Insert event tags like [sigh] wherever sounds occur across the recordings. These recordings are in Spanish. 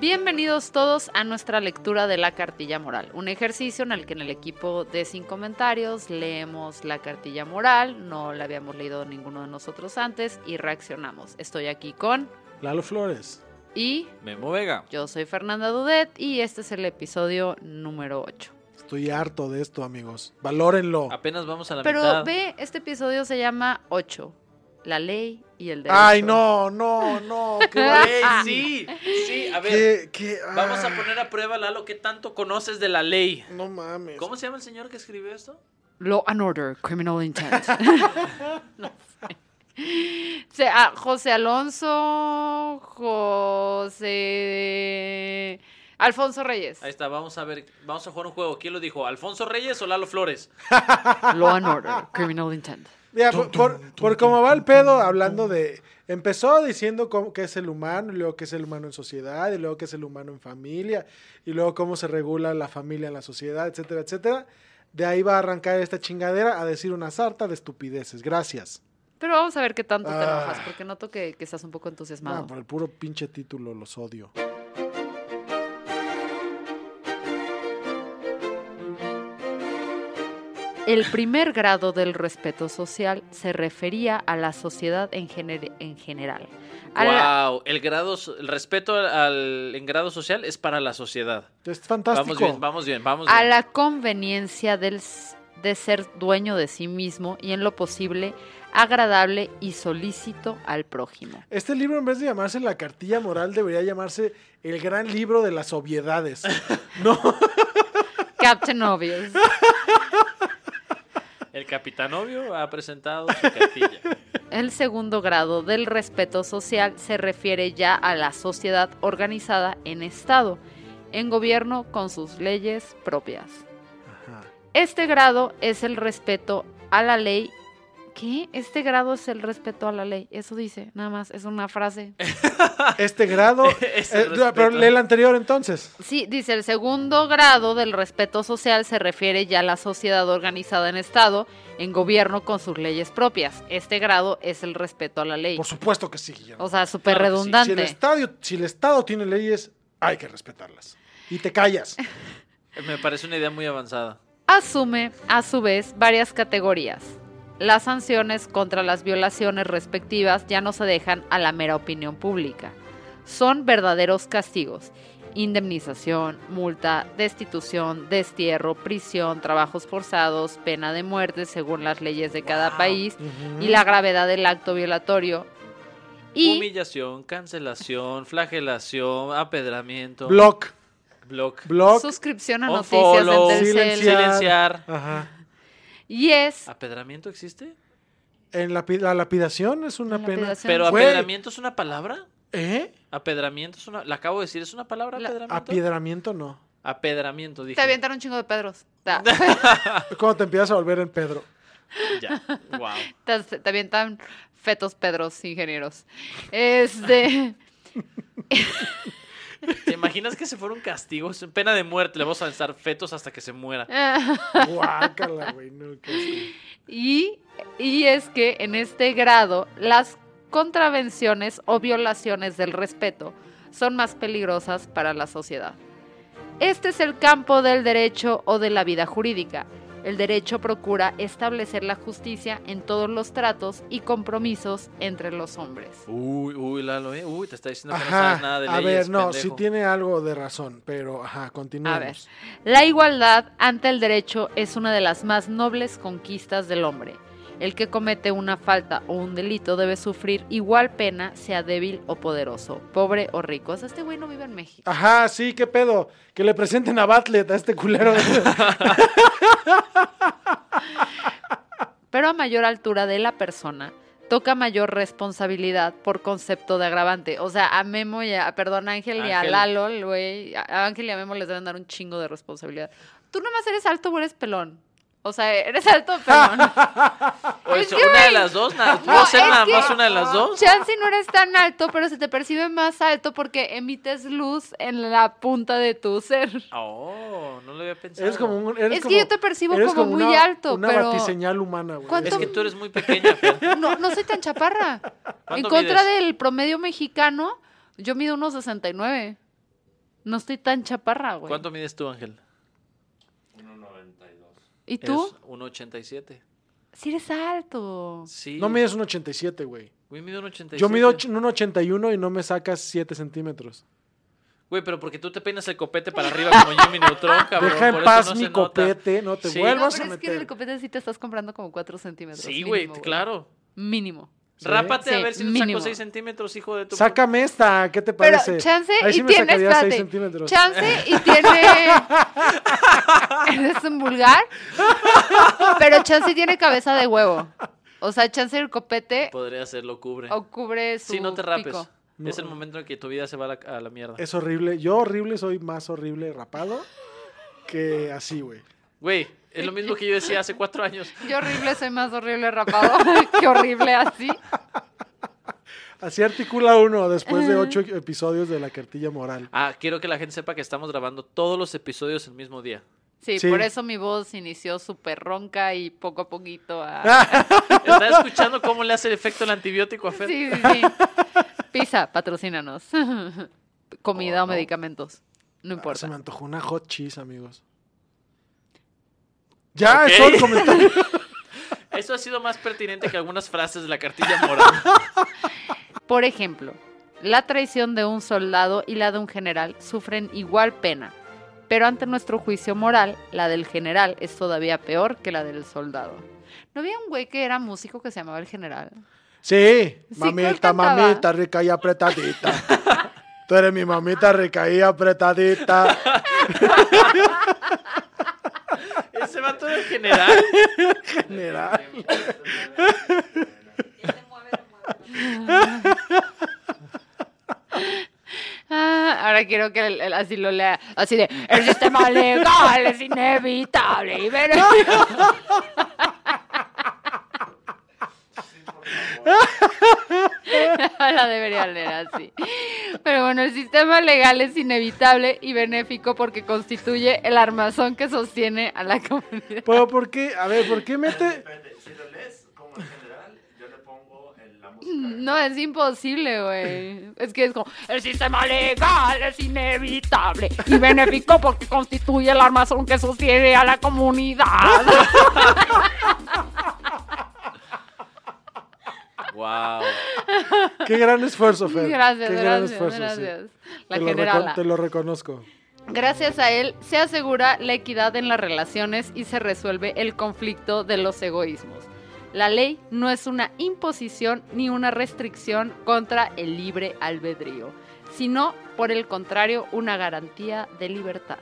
Bienvenidos todos a nuestra lectura de la cartilla moral, un ejercicio en el que en el equipo de sin comentarios leemos la cartilla moral, no la habíamos leído ninguno de nosotros antes y reaccionamos. Estoy aquí con Lalo Flores. y Memo Vega. yo soy Fernanda Dudet y este es el episodio número 8. Estoy harto de esto, amigos. Valórenlo. Apenas vamos a la Pero mitad. ve, este episodio se llama 8, la ley y el Ah, derecho. Ay, no, no, [laughs] no. Qué, Güey, Ah. sí, sí, a ver. qué- qué- ah, Vamos a poner a prueba, Lalo, qué tanto conoces de la ley. No mames. ¿Cómo se llama el señor que escribió esto? Law and Order, Criminal Intent. [laughs] [laughs] No sé. O sea, ah, José Alonso, José... Alfonso Reyes. Ahí está, vamos a ver, vamos a jugar un juego. ¿Quién lo dijo? ¿Alfonso Reyes o Lalo Flores? Law and Order, Criminal Intent. Mira, por, por- por cómo va el pedo, hablando de. Empezó diciendo cómo- qué es el humano, y luego qué es el humano en sociedad, y luego qué es el humano en familia, y luego cómo se regula la familia en la sociedad, etcétera, etcétera. De ahí va a arrancar esta chingadera a decir una sarta de estupideces. Gracias. Pero vamos a ver qué tanto te Ah. enojas, porque noto que, que estás un poco entusiasmado. Ah, por el puro pinche título, los odio. El primer grado del respeto social se refería a la sociedad en, gener- en general. A la- Wow, el grado, so- el respeto al, en grado social es para la sociedad. Es fantástico. Vamos bien, vamos bien, vamos a bien. la conveniencia del s- de ser dueño de sí mismo y en lo posible agradable y solícito al prójimo. Este libro, en vez de llamarse La Cartilla Moral, debería llamarse El Gran Libro de las Obviedades. No, Captain Obvious. El capitán obvio ha presentado su cartilla. [laughs] El segundo grado del respeto social se refiere ya a la sociedad organizada en Estado, en gobierno con sus leyes propias. Este grado es el respeto a la ley. ¿Qué? Este grado es el respeto a la ley. Eso dice, nada más, es una frase. [laughs] este grado. Es eh, el respeto. pero lee el anterior entonces. Sí, dice, el segundo grado del respeto social se refiere ya a la sociedad organizada en Estado, en gobierno con sus leyes propias. Este grado es el respeto a la ley. Por supuesto que sí, Guillermo. O sea, súper Claro que sí. si, el redundante. estadio, si el Estado tiene leyes, hay que respetarlas. Y [laughs] te callas. Me parece una idea muy avanzada. asume, a su vez, varias categorías. Las sanciones contra las violaciones respectivas ya no se dejan a la mera opinión pública. Son verdaderos castigos. Indemnización, multa, destitución, destierro, prisión, trabajos forzados, pena de muerte según las leyes de cada país y la gravedad del acto violatorio. Y Humillación, cancelación, flagelación, apedramiento, Block, block, block. suscripción a Un noticias follow, del Telcel. silenciar. silenciar. Ajá. Y Ah, es ¿Apedramiento existe? En la, pi- la lapidación es una La pena. lapidación. Pero Güey. apedramiento es una palabra. ¿Eh? Apedramiento es una. La acabo de decir, es una palabra. La- Apedramiento. Apiedramiento no. apedramiento, dije. te avientan un chingo de [laughs] pedros. Ah. Ta. Cuando te empiezas a volver [laughs] en Pedro. Ya. Wow. Te, te avientan fetos pedros, ingenieros. Este, [laughs] ¿Te imaginas que se fuera un castigo? Es pena de muerte. Le vamos a lanzar fetos hasta que se muera. Guácala, güey. no, qué asco. y, y es que en este grado las contravenciones o violaciones del respeto son más peligrosas para la sociedad. Este es el campo del derecho o de la vida jurídica. El derecho procura establecer la justicia en todos los tratos y compromisos entre los hombres. Uy, uy, Lalo, ¿eh? Uy, te está diciendo que no sabes Ajá. nada de a leyes, ver, no, pendejo. sí tiene algo de razón, pero ajá, A continuemos. ver. La igualdad ante el derecho es una de las más nobles conquistas del hombre. El que comete una falta o un delito debe sufrir igual pena, sea débil o poderoso, pobre o rico. O sea, este güey no vive en México. Ajá, sí, qué pedo. Que le [laughs] presenten a Batlet a este culero. pero a mayor altura de la persona toca mayor responsabilidad por concepto de agravante. O sea, a Memo y a, perdón, a Ángel, y a Ángel. Lalo, el güey, a Ángel y a Memo les deben dar un chingo de responsabilidad. Tú nomás eres alto o eres pelón. O sea, eres alto o pelón. O Es sea, que, una de güey, las dos, [laughs] nada, no, no, ser es nada que- más una de las dos. Chance y no eres tan alto, pero se te percibe más alto porque emites luz en la punta de tu ser. Oh, no lo había pensado. Eres como un. eres Es que como- yo te percibo eres como muy una- alto, Una pero- batiseñal humana, güey. ¿Cuánto- Es que tú eres muy pequeña, Fer. No, no soy tan chaparra. En ¿Cuánto contra mides? del promedio mexicano, yo mido unos 69. No estoy tan chaparra, güey. ¿Cuánto mides tú, Ángel? ¿Y tú? Eres 1,87. Sí eres alto. Sí. No mides un 87, güey. Güey, mido un 87. Yo mido och- un 81 y no me sacas 7 centímetros. Güey, pero porque tú te peinas el copete para arriba como Jimmy Neutron, cabrón. Deja por en eso paz no se mi nota. copete, no te Sí. No, vuelvas pero a es que meter. en el copete sí te estás comprando como 4 centímetros. Sí, mínimo, güey, claro. Mínimo. Sí. Rápate a Sí, ver si te mínimo. saco 6 centímetros, hijo de tu... Sácame esta, ¿qué te Pero parece? chance Ahí sí y me tiene, sacaría 6 espérate, centímetros. chance y tiene, [laughs] eres un vulgar, pero chance y tiene cabeza de huevo, o sea, chance el copete Podría ser, lo cubre. o cubre su Sí, no te rapes. pico. No. Es el momento en que tu vida se va a la, a la mierda. Es horrible. Yo horrible soy más horrible rapado que así, güey. Güey, es lo mismo que yo decía hace cuatro años. Yo horrible soy más horrible rapado [laughs] que horrible así. Así articula uno después de 8 episodios de la cartilla moral. Ah, quiero que la gente sepa que estamos grabando todos los episodios el mismo día. Sí, Sí. por eso mi voz inició súper ronca y poco a poquito a... Ah, ¿Estás escuchando cómo le hace el efecto el antibiótico a Fer? Sí, sí, sí. Pizza, patrocínanos. [laughs] Comida O o, Oh, no. medicamentos. No Ah, Se me importa. antojó una hot cheese, amigos. Ya, Ok. es todo [laughs] el comentario. Eso ha sido más pertinente que algunas frases de la cartilla moral. Por ejemplo, la traición de un soldado y la de un general sufren igual pena, pero ante nuestro juicio moral, la del general es todavía peor que la del soldado. ¿No había un güey que era músico que se llamaba el general? Sí, Sí, ¿cuál mamita, cantaba? mamita, rica y apretadita. [laughs] Tú eres mi mamita rica [laughs] y apretadita. Ese va todo en general. General. Ah, ahora quiero que el- el- así lo lea, así de, el sistema legal es inevitable. y ver-". [laughs] La debería leer así. Pero bueno, el sistema legal es inevitable y benéfico porque constituye el armazón que sostiene a la comunidad. Pero ¿por qué? A ver, ¿por qué mete? Espérate, si lo lees como en general, yo le pongo el- Pues, la música. No, es imposible, güey. Es que es como, el sistema legal es inevitable y benéfico porque constituye el armazón que sostiene a la comunidad. Wow. Qué gran esfuerzo, Fer. Gracias, qué gracias, sí. gracias. La te, lo generala. recon- te lo reconozco. Gracias a él se asegura la equidad en las relaciones y se resuelve el conflicto de los egoísmos. La ley no es una imposición ni una restricción contra el libre albedrío, sino, por el contrario, una garantía de libertad.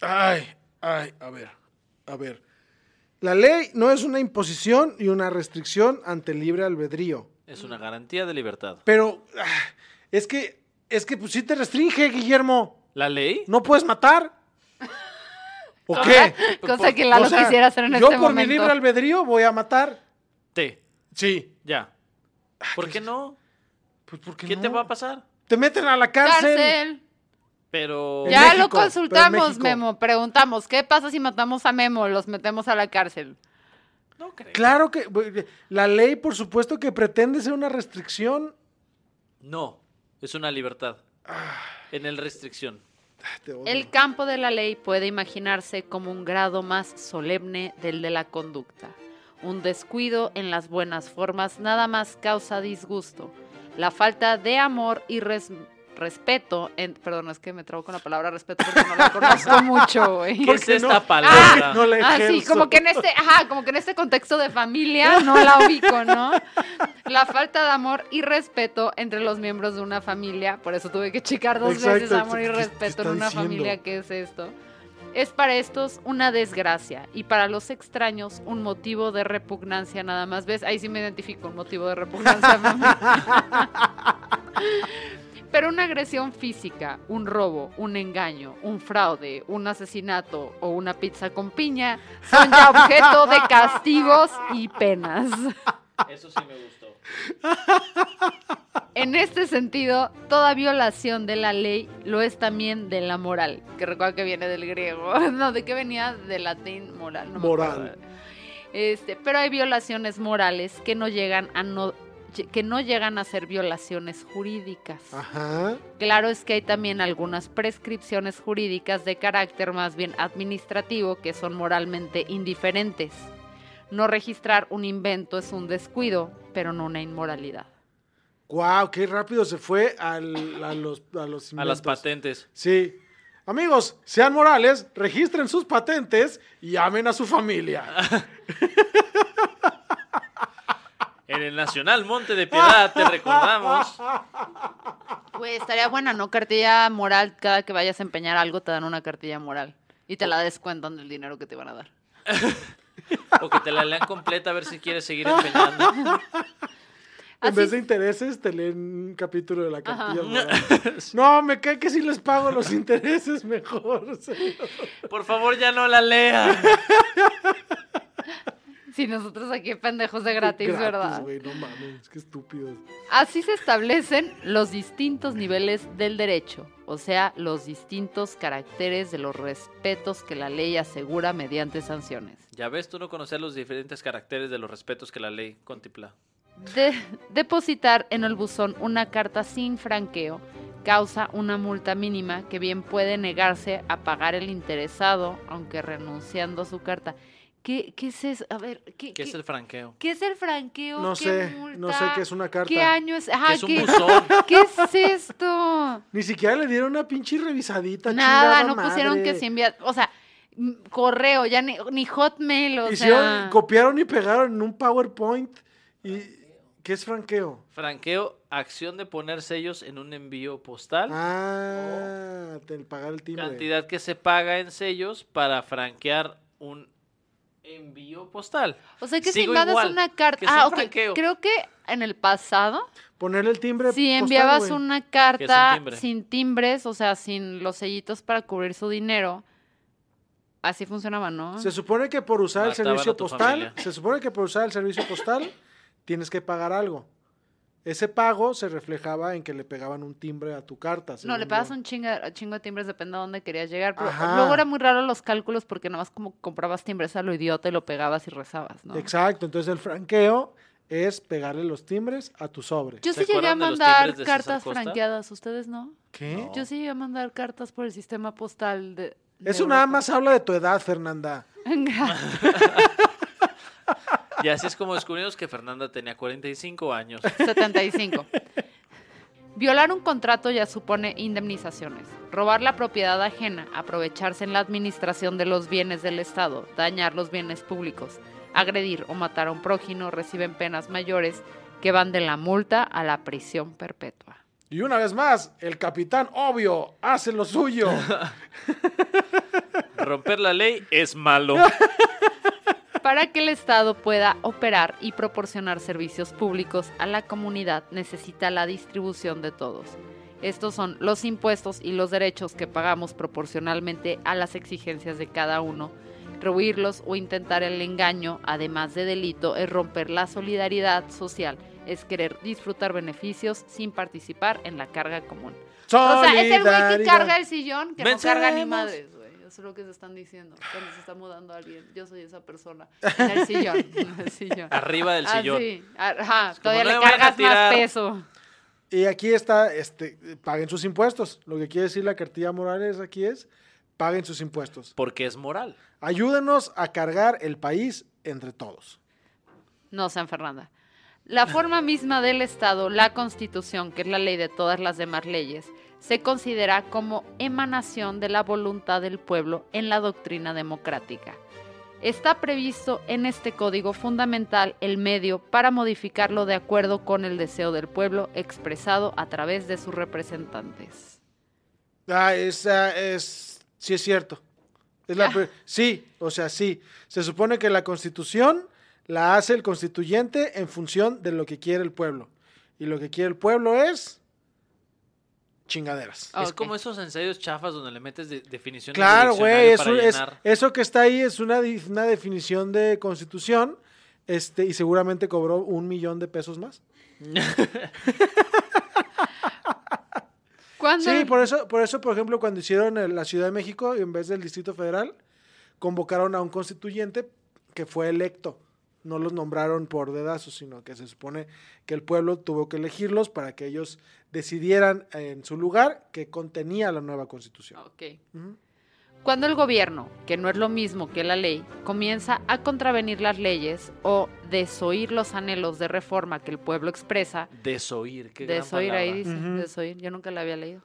Ay, ay, a ver, a ver. La ley no es una imposición y una restricción ante el libre albedrío. Es una garantía de libertad. Pero ah, es que, es que pues sí te restringe, Guillermo. ¿La ley? No puedes matar. ¿O qué? Cosa que Lalo O sea, quisiera hacer en yo este por mi momento. libre albedrío voy a matar. Te. Sí. Ya. ¿Por qué no? Pues porque ¿Qué te va a pasar? Te meten a la cárcel. Cárcel. Pero... En Ya lo México, pero en consultamos, México. Memo. Preguntamos, ¿qué pasa si matamos a Memo? Los metemos a la cárcel. No creo. Claro que bu- eh, la ley, por supuesto, que pretende ser una restricción. No. Es una libertad. En el restricción. Ah, te [laughs] odio. El campo de la ley puede imaginarse como un grado más solemne del de la conducta. Un descuido en las buenas formas nada más causa disgusto. La falta de amor y res- respeto, en- perdón, es que me trago con la palabra respeto porque [laughs] no la conozco mucho, güey. ¿Qué Ah. es esta Porque palabra? no la Ah, sí, ejerzo. como que en este, ajá, como que en este contexto de [laughs] familia no la ubico, ¿no? La falta de amor y respeto entre los miembros de una familia, por eso tuve que checar dos Exacto, veces amor y ¿qué- qué- qué respeto en está una diciendo? familia, ¿qué es esto? Es para estos una desgracia y para los extraños un motivo de repugnancia nada más. ¿Ves? Ahí sí me identifico, un motivo de repugnancia. [laughs] mami. Pero una agresión física, un robo, un engaño, un fraude, un asesinato o una pizza con piña son ya objeto de castigos y penas. Eso sí me gustó. En este sentido, toda violación de la ley lo es también de la moral, que recuerda que viene del griego, [laughs] no, de qué venía del latín moral. No me Moral. acuerdo. Este, pero hay violaciones morales que no llegan a no que no llegan a ser violaciones jurídicas. Ah. Ajá. Claro es que hay también algunas prescripciones jurídicas de carácter más bien administrativo que son moralmente indiferentes. No registrar un invento es un descuido, pero no una inmoralidad. Wow, qué rápido se fue al- a los a los A las inventos. patentes. Sí. Amigos, sean morales, registren sus patentes y amen a su [laughs] familia. En el Nacional Monte de Piedad te recordamos. Güey, estaría buena, ¿no? Cartilla moral, cada que vayas a empeñar algo te dan una cartilla moral y te la descuentan del dinero que te van a dar. O que te la lean completa a ver si quieres seguir empeñando. En Así- vez de intereses, te leen un capítulo de la cartilla. [laughs] moral. No, me cae que si les pago los intereses mejor. [laughs] señor. Por favor, ya no la lea. Si nosotros aquí pendejos de gratis, ¿verdad? güey, no mames, qué estúpidos. Así se establecen los distintos niveles del derecho, o sea, los distintos caracteres de los respetos que la ley asegura mediante sanciones. Ya ves, tú no conoces los diferentes caracteres de los respetos que la ley contempla. De- depositar en el buzón una carta sin franqueo causa una multa mínima que bien puede negarse a pagar el interesado, aunque renunciando a su carta. ¿Qué, qué es eso? A ver, ¿qué, ¿Qué es el franqueo? qué es el franqueo? No ¿Qué sé, no sé multa? qué es una carta. ¿Qué año es? Ajá, Que es un buzón. Ah, ¿Qué es [laughs] esto? Ni siquiera le dieron una pinche revisadita. Nada, chingada no pusieron que madre. se envía, o sea, m- correo, ya ni, ni Hotmail, o Hicieron- sea, copiaron y pegaron en un PowerPoint. Y, ¿Qué es franqueo? Franqueo, acción de poner sellos en un envío postal. Oh. Ah, del pagar el timbre. Cantidad que se paga en sellos para franquear un envío postal. o sea que si sigo mandas igual, una carta, que es un ah, ok, franqueo. creo que en el pasado, Ponerle el timbre. si postal, enviabas güey. una Que es carta un timbre. sin timbres, o sea, sin los sellitos para cubrir su dinero, así funcionaba, ¿no? Se supone que por usar Mataban el servicio a tu postal, familia. se supone que por usar el servicio postal tienes que pagar algo. Ese pago se reflejaba en que le pegaban un timbre a tu carta. No, según le pagas yo. un chingo, chingo de timbres, depende a dónde querías llegar. Pero Ajá. luego era muy raro los cálculos porque nada más como comprabas timbres a lo idiota y lo pegabas y rezabas, ¿no? Exacto, entonces el franqueo es pegarle los timbres a tu sobre. Yo ¿Se sí llegué a acuerdan de los mandar timbres de César cartas Costa? franqueadas, ¿ustedes no? ¿Qué? No. Yo sí llegué a mandar cartas por el sistema postal de. de Eso nada Europa. [laughs] más habla de tu edad, Fernanda. Gra- Y así es como descubrimos que Fernanda tenía 45 años. 75. Violar un contrato ya supone indemnizaciones. Robar la propiedad ajena, aprovecharse en la administración de los bienes del Estado, dañar los bienes públicos, agredir o matar a un prójimo reciben penas mayores que van de la multa a la prisión perpetua. Y una vez más, el capitán obvio hace lo suyo. Romper la ley es malo. Para que el Estado pueda operar y proporcionar servicios públicos a la comunidad necesita la distribución de todos. Estos son los impuestos y los derechos que pagamos proporcionalmente a las exigencias de cada uno. Rehuirlos o intentar el engaño, además de delito, es romper la solidaridad social, es querer disfrutar beneficios sin participar en la carga común. O sea, es el güey que Solidaridad. carga el sillón, que no carga ni Venceremos. madres, güey. Eso es lo que se están diciendo cuando se está mudando alguien. Yo soy esa persona. En el sillón. [laughs] En el sillón. Arriba del sillón. Así. Ajá, como, todavía no le me van a cargas más tirar. peso. Y aquí está, este, paguen sus impuestos. Lo que quiere decir la cartilla Morales aquí es, paguen sus impuestos. Porque es moral. Ayúdenos a cargar el país entre todos. No, San Fernanda. La forma misma del Estado, la Constitución, que es la ley de todas las demás leyes, se considera como emanación de la voluntad del pueblo en la doctrina democrática. Está previsto en este código fundamental el medio para modificarlo de acuerdo con el deseo del pueblo expresado a través de sus representantes. Ah, esa es, sí es cierto. Es la pri- sí, o sea, sí. Se supone que la constitución la hace el constituyente en función de lo que quiere el pueblo. Y lo que quiere el pueblo es chingaderas. Ah, Es ok. como esos ensayos chafas donde le metes de- definiciones de Claro, güey, diccionario eso, para es, llenar. eso que está ahí es una, di- una definición de constitución este, y seguramente cobró un millón de pesos más. ¿Cuándo? Sí, por eso, por eso, por ejemplo, cuando hicieron el- la Ciudad de México, en vez del Distrito Federal, convocaron a un constituyente que fue electo. No los nombraron por dedazos, sino que se supone que el pueblo tuvo que elegirlos para que ellos decidieran en su lugar que contenía la nueva constitución. Ok. Ujú. Cuando el gobierno, que no es lo mismo que la ley, comienza a contravenir las leyes o desoír los anhelos de reforma que el pueblo expresa, Desoír, qué gran desoír ahí palabra. dice, Ujú. desoír, yo nunca la había leído.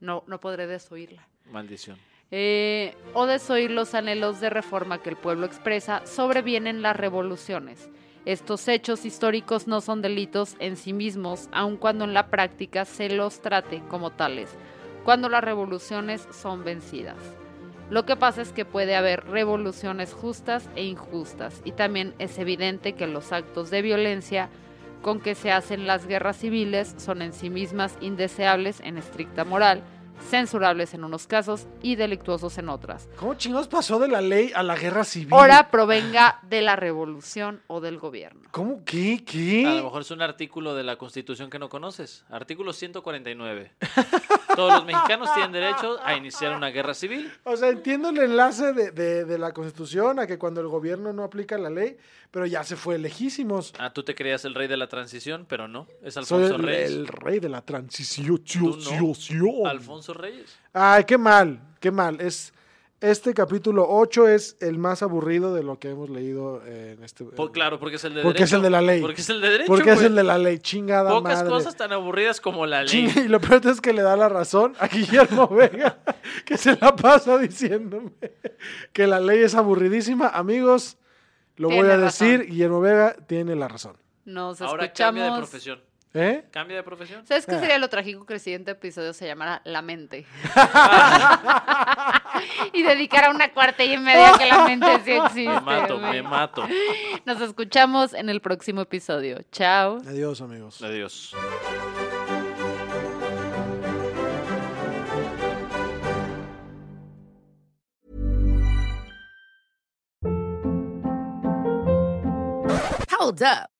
No, no podré desoírla. Maldición. Eh, o desoír los anhelos de reforma que el pueblo expresa, sobrevienen las revoluciones. Estos hechos históricos no son delitos en sí mismos, aun cuando en la práctica se los trate como tales, cuando las revoluciones son vencidas. Lo que pasa es que puede haber revoluciones justas e injustas, y también es evidente que los actos de violencia con que se hacen las guerras civiles son en sí mismas indeseables en estricta moral, censurables en unos casos y delictuosos en otras. ¿Cómo chingados pasó de la ley a la guerra civil? Ora provenga de la revolución o del gobierno. ¿Cómo? ¿Qué? ¿Qué? A lo mejor es un artículo de la Constitución que no conoces. Artículo 149. [laughs] Todos los mexicanos tienen derecho a iniciar una guerra civil. O sea, entiendo el enlace de, de- de la Constitución a que cuando el gobierno no aplica la ley, pero ya se fue lejísimos. Ah, tú te creías el rey de la transición, pero no. Es Soy Alfonso el, Reyes. el rey de la transición. Tú no. sio, sio. Alfonso Reyes. Ay, qué mal, qué mal. Es, este capítulo 8 es el más aburrido de lo que hemos leído eh, en este... Por- claro, porque es el de Porque es derecho. el de la ley. Porque es el de derecho. Porque es güey. el de la ley, chingada Pocas madre. cosas tan aburridas como la ley. Chinga, y lo peor es que le da la razón a Guillermo [laughs] Vega, que se la pasa diciéndome que la ley es aburridísima. Amigos, lo voy Tiene a decir, razón. Guillermo Vega tiene la razón. Nos Ahora cambia de escuchamos. profesión. ¿Eh? Cambia de profesión. ¿Sabes qué sería lo trágico que el siguiente episodio se llamara La mente? [laughs] y dedicara una cuarta y media que la mente sí existe. Me mato, güey. me mato. Nos escuchamos en el próximo episodio. Chao. Adiós, amigos. Adiós. Hold up.